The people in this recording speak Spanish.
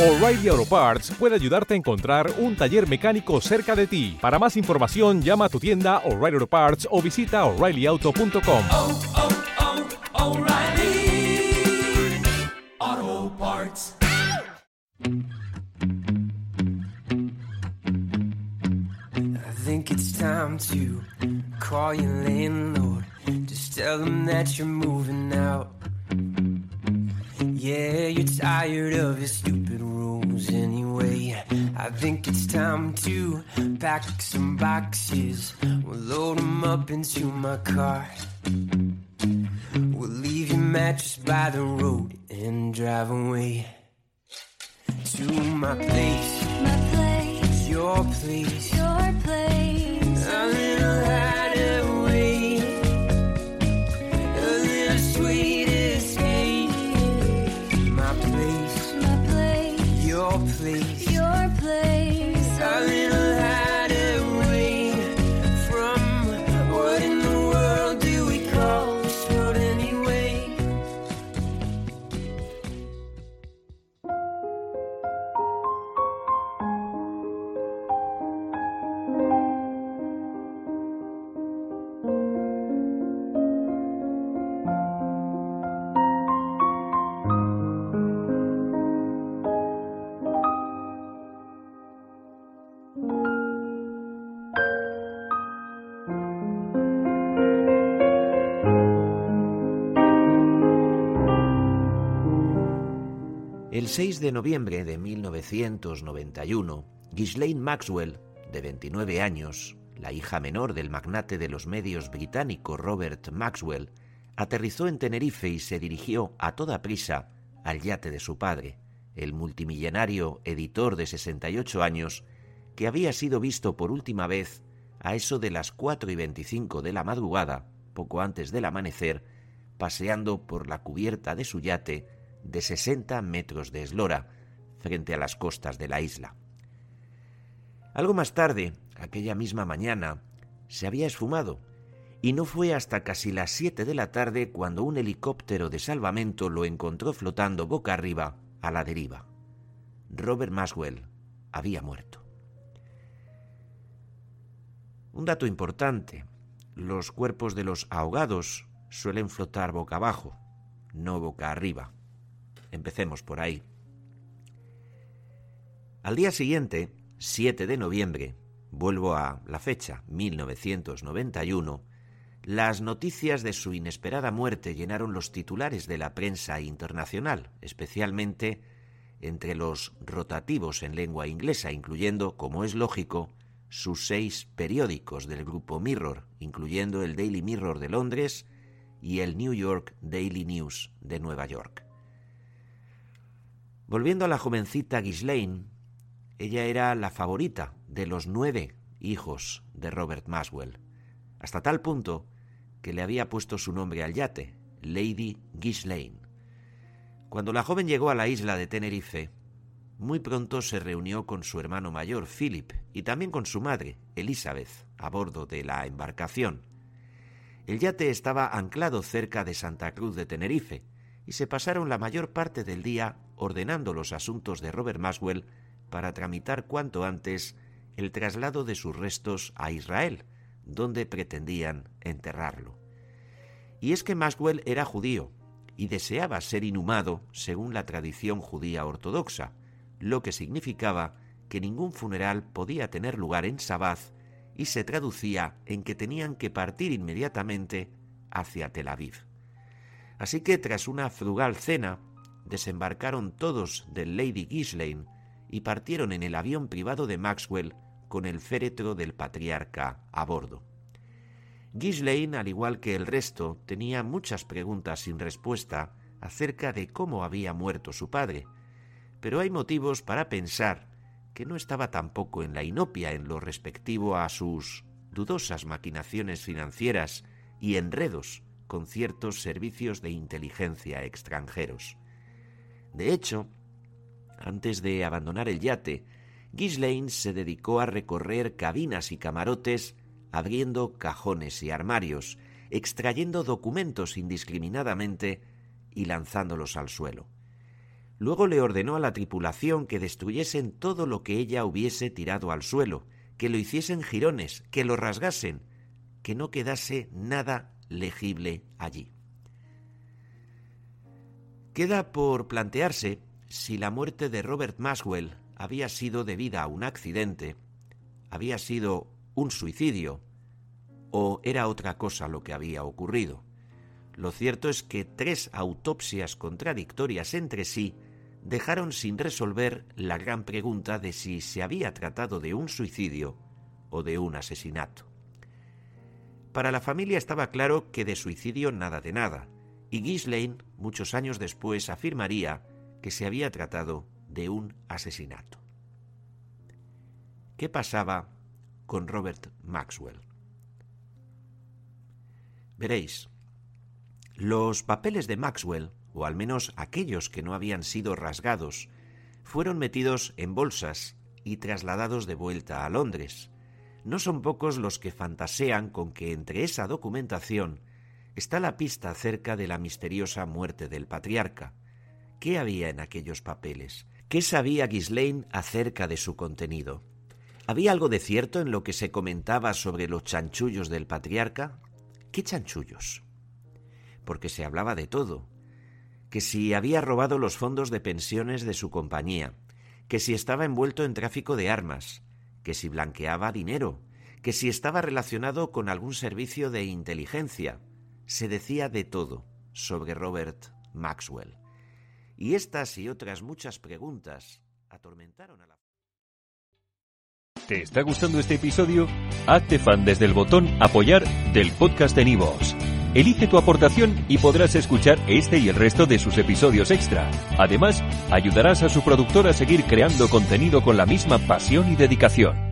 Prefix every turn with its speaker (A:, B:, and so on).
A: O'Reilly Auto Parts puede ayudarte a encontrar un taller mecánico cerca de ti. Para más información, llama a tu tienda O'Reilly Auto Parts o visita oreillyauto.com.
B: oh, oh, O'Reilly Auto Parts.
C: I think it's time to call your landlord. Just tell them that you're moving out. Yeah, you're tired of your stupid rules anyway. I think it's time to pack some boxes. We'll load 'em up into my car. We'll leave your mattress by the road and drive away to my place,
D: My place,
C: your place.
D: your place.
C: A little hideaway, a little sweet escape. My place,
D: My place,
C: your place.
D: your place.
C: A little hideaway from what in the world do we call this world anyway?
E: El 6 de noviembre de 1991, Ghislaine Maxwell, de 29 años, la hija menor del magnate de los medios británico Robert Maxwell, aterrizó en Tenerife y se dirigió a toda prisa al yate de su padre, el multimillonario editor de 68 años, que había sido visto por última vez a eso de las 4 y 25 de la madrugada, poco antes del amanecer, paseando por la cubierta de su yate de 60 metros de eslora, frente a las costas de la isla. Algo más tarde, aquella misma mañana, se había esfumado, y no fue hasta casi las 7 de la tarde cuando un helicóptero de salvamento lo encontró flotando boca arriba a la deriva. Robert Maxwell había muerto. Un dato importante, los cuerpos de los ahogados suelen flotar boca abajo, no boca arriba. Empecemos por ahí. Al día siguiente, 7 de noviembre, vuelvo a la fecha, 1991, las noticias de su inesperada muerte llenaron los titulares de la prensa internacional, especialmente entre los rotativos en lengua inglesa, incluyendo, como es lógico, sus seis periódicos del grupo Mirror, incluyendo el Daily Mirror de Londres y el New York Daily News de Nueva York. Volviendo a la jovencita Ghislaine, ella era la favorita de los nueve hijos de Robert Maswell, hasta tal punto que le había puesto su nombre al yate, Lady Ghislaine. Cuando la joven llegó a la isla de Tenerife, muy pronto se reunió con su hermano mayor, Philip, y también con su madre, Elizabeth, a bordo de la embarcación. El yate estaba anclado cerca de Santa Cruz de Tenerife y se pasaron la mayor parte del día ordenando los asuntos de Robert Maxwell para tramitar cuanto antes el traslado de sus restos a Israel, donde pretendían enterrarlo. Y es que Maxwell era judío y deseaba ser inhumado según la tradición judía ortodoxa, lo que significaba que ningún funeral podía tener lugar en Sabbath y se traducía en que tenían que partir inmediatamente hacia Tel Aviv. Así que tras una frugal cena, desembarcaron todos del Lady Ghislaine y partieron en el avión privado de Maxwell con el féretro del patriarca a bordo. Ghislaine, al igual que el resto, tenía muchas preguntas sin respuesta acerca de cómo había muerto su padre, pero hay motivos para pensar que no estaba tampoco en la inopia en lo respectivo a sus dudosas maquinaciones financieras y enredos con ciertos servicios de inteligencia extranjeros. De hecho, antes de abandonar el yate, Ghislaine se dedicó a recorrer cabinas y camarotes, abriendo cajones y armarios, extrayendo documentos indiscriminadamente y lanzándolos al suelo. Luego le ordenó a la tripulación que destruyesen todo lo que ella hubiese tirado al suelo, que lo hiciesen jirones, que lo rasgasen, que no quedase nada legible allí. Queda por plantearse si la muerte de Robert Maxwell había sido debida a un accidente, había sido un suicidio o era otra cosa lo que había ocurrido. Lo cierto es que tres autopsias contradictorias entre sí dejaron sin resolver la gran pregunta de si se había tratado de un suicidio o de un asesinato. Para la familia estaba claro que de suicidio nada de nada, y Ghislaine, muchos años después, afirmaría que se había tratado de un asesinato. ¿Qué pasaba con Robert Maxwell? Veréis, los papeles de Maxwell, o al menos aquellos que no habían sido rasgados, fueron metidos en bolsas y trasladados de vuelta a Londres. No son pocos los que fantasean con que entre esa documentación está la pista acerca de la misteriosa muerte del patriarca. ¿Qué había en aquellos papeles? ¿Qué sabía Ghislaine acerca de su contenido? ¿Había algo de cierto en lo que se comentaba sobre los chanchullos del patriarca? ¿Qué chanchullos? porque se hablaba de todo. Que si había robado los fondos de pensiones de su compañía, que si estaba envuelto en tráfico de armas, que si blanqueaba dinero, que si estaba relacionado con algún servicio de inteligencia. Se decía de todo sobre Robert Maxwell. Y estas y otras muchas preguntas atormentaron a la...
F: ¿Te está gustando este episodio? Hazte fan desde el botón Apoyar del podcast de Nivos. Elige tu aportación y podrás escuchar este y el resto de sus episodios extra. Además, ayudarás a su productor a seguir creando contenido con la misma pasión y dedicación.